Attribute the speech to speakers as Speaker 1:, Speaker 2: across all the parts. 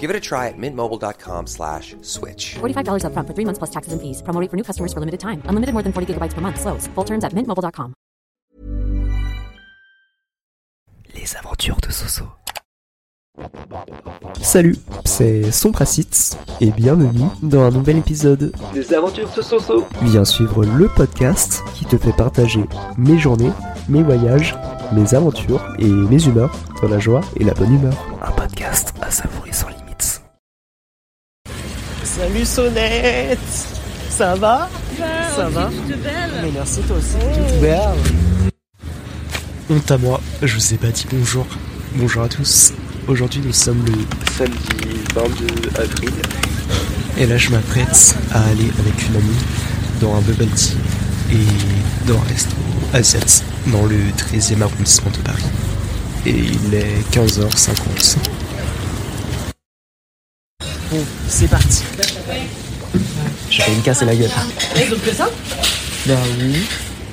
Speaker 1: Give it a try at mintmobile.com slash switch.
Speaker 2: $45 upfront for three months plus taxes and fees. Promo rate for new customers for limited time. Unlimited more than 40 gigabytes per month. Slows. Full terms at mintmobile.com.
Speaker 3: Les aventures de Soso. Salut, c'est Sompracitz et bienvenue dans un nouvel épisode
Speaker 4: Des aventures de Soso
Speaker 3: Viens suivre le podcast qui te fait partager mes journées, mes voyages, mes aventures et mes humeurs dans la joie et la bonne humeur. Un podcast à savourer sans limites. Salut Sonnette Ça va Ça va Mais merci toi aussi, toute belle Honte à moi, je vous ai pas dit bonjour. Bonjour à tous. Aujourd'hui nous sommes le
Speaker 4: Samedi 22 avril.
Speaker 3: Et là, je m'apprête à aller avec une amie dans un bubble tea et dans un resto asiatique dans le 13e arrondissement de Paris. Et il est 15h50. Bon, c'est parti. Je vais me casser la gueule. Bah oui.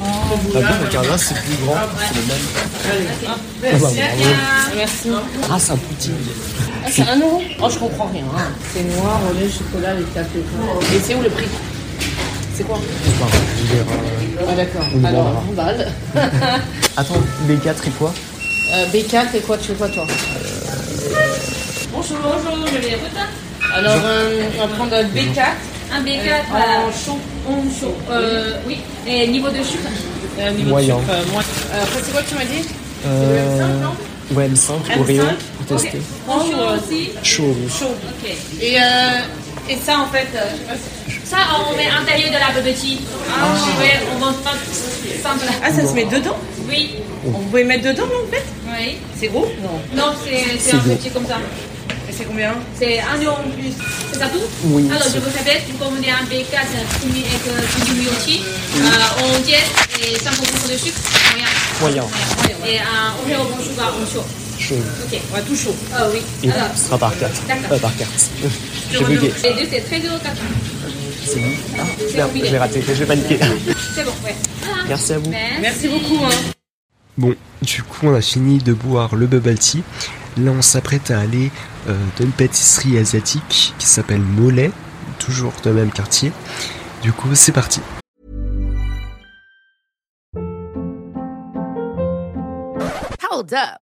Speaker 3: Ah bon, regarde là, c'est plus grand, c'est le même. Ah, bah, bravo.
Speaker 5: Merci.
Speaker 3: ah c'est un pudding.
Speaker 5: c'est un euro Oh, je comprends rien. C'est noir, au lait, chocolat, les tacs de pain. Et c'est où le prix C'est quoi
Speaker 3: Bah, je vais, euh,
Speaker 5: Ah, d'accord.
Speaker 3: On verra.
Speaker 5: Alors, on balle.
Speaker 3: Attends, B4 et quoi
Speaker 5: Euh, B4, et quoi Tu veux quoi, toi
Speaker 3: Euh,
Speaker 5: Bonjour, bonjour, je vais Alors, euh, on va prendre B4.
Speaker 6: Un euh, B4
Speaker 5: En chaud.
Speaker 6: à chaud. Euh, oui. Et niveau de sucre
Speaker 5: Euh, niveau de
Speaker 3: Moyen.
Speaker 5: sucre, euh, moins. Euh, après, c'est quoi que tu m'as dit
Speaker 3: Euh, ouais, M5, Oreo,
Speaker 5: M5,
Speaker 3: pour tester.
Speaker 6: En
Speaker 5: Oh,
Speaker 6: chaud
Speaker 5: euh,
Speaker 6: aussi.
Speaker 3: Chaud.
Speaker 5: Chaud.
Speaker 6: Ok.
Speaker 5: Et, euh, et ça, en fait, euh, je sais pas si-
Speaker 6: Ça, on met intérieur de la bubble tea. Ah, ouais, on vend pas simple.
Speaker 5: Ah, ça se met dedans
Speaker 6: Oui.
Speaker 3: Oh.
Speaker 5: On pouvait mettre dedans, non, en fait
Speaker 6: Oui.
Speaker 5: C'est gros Non.
Speaker 6: Non, c'est c'est un
Speaker 3: gros.
Speaker 6: petit comme ça.
Speaker 5: Et c'est combien
Speaker 6: C'est un euro en plus. C'est ça tout
Speaker 3: Oui,
Speaker 6: Alors,
Speaker 3: c'est-
Speaker 6: je vous répète, vous commandez un B4 euh, soumis avec euh, du miochi, euh, en dièse et 5% de sucre. Moyen.
Speaker 3: Moyen.
Speaker 6: Et un Oreo bon sugar en chaud.
Speaker 3: Chaud.
Speaker 6: Ok.
Speaker 5: Ouais, tout chaud.
Speaker 6: Ah oui.
Speaker 3: Et
Speaker 6: Alors,
Speaker 3: ce sera par 4.
Speaker 6: D'accord.
Speaker 3: Pas par 4.
Speaker 6: je
Speaker 3: J'ai bugué.
Speaker 6: Les deux, c'est 13,80 euros.
Speaker 3: C'est bon. Ah,
Speaker 6: C'est
Speaker 3: merde, je
Speaker 6: compliqué.
Speaker 3: vais rater, je vais paniquer.
Speaker 6: C'est bon, ouais. Ah,
Speaker 3: Merci à vous.
Speaker 6: merci.
Speaker 5: Merci beaucoup, hein.
Speaker 3: Bon, du coup, on a fini de boire le bubble tea. Là, on s'apprête à aller euh, dans une pâtisserie asiatique qui s'appelle Mollet, toujours dans le même quartier. Du coup, c'est parti.
Speaker 7: Hold up.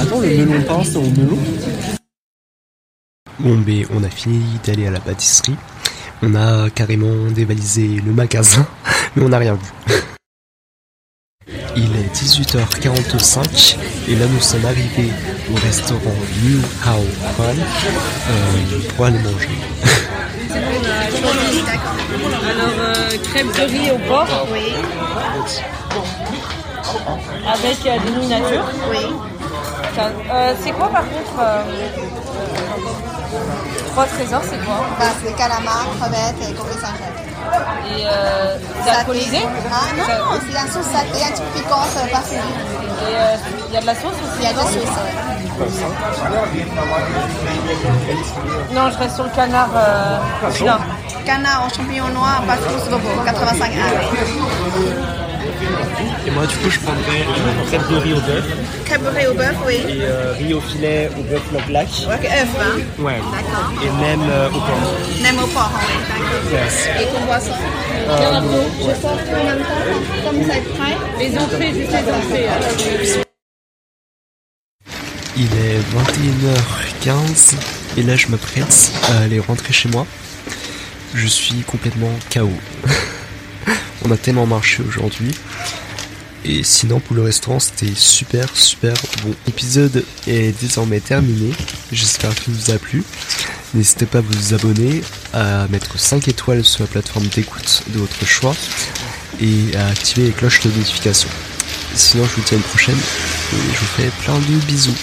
Speaker 3: Attends, le melon pince au melon Bon, ben, on a fini d'aller à la pâtisserie. On a carrément dévalisé le magasin, mais on n'a rien vu. Il est 18h45 et là nous sommes arrivés au restaurant New Hao Kwan euh, pour aller manger.
Speaker 5: Alors, euh, crêpes de riz au porc. Oui. Avec euh, des miniatures. Oui. c'est quoi par contre euh, Trois trésors, c'est quoi
Speaker 8: Bah, c'est calamar, crevette et coquille saint
Speaker 5: Et euh, c'est alcoolisé
Speaker 8: Ah non, non, c'est un sauce saté, un petit peu piquante, euh, parfumée.
Speaker 5: Et euh, il y a de la sauce aussi
Speaker 8: Il y a de la sauce. hein. ouais.
Speaker 5: Non, je reste sur le canard. euh, là.
Speaker 8: Canard en champignon noir, pas de sauce bobo, 85 ah, ouais.
Speaker 9: Et moi, du coup, je prendrais une crêpe de riz au bœuf
Speaker 8: Cabaret au bœuf, oui.
Speaker 9: et euh, riz au filet au bœuf blanc black.
Speaker 8: Ok, œuf, hein.
Speaker 9: Ouais.
Speaker 8: D'accord.
Speaker 9: Et même euh, au pain.
Speaker 8: Même au porc, oui. D'accord.
Speaker 9: Yes.
Speaker 8: Et ton boisson Je sors tout en même temps, comme ça est prêt.
Speaker 5: Les entrées, juste les entrées.
Speaker 8: euh,
Speaker 3: Il est 21h15 et là je m'apprête à aller rentrer chez moi. Je suis complètement KO. On a tellement marché aujourd'hui. Et sinon pour le restaurant c'était super super bon. L'épisode est désormais terminé. J'espère qu'il vous a plu. N'hésitez pas à vous abonner, à mettre 5 étoiles sur la plateforme d'écoute de votre choix et à activer les cloches de notification. Sinon je vous dis à une prochaine et je vous fais plein de bisous.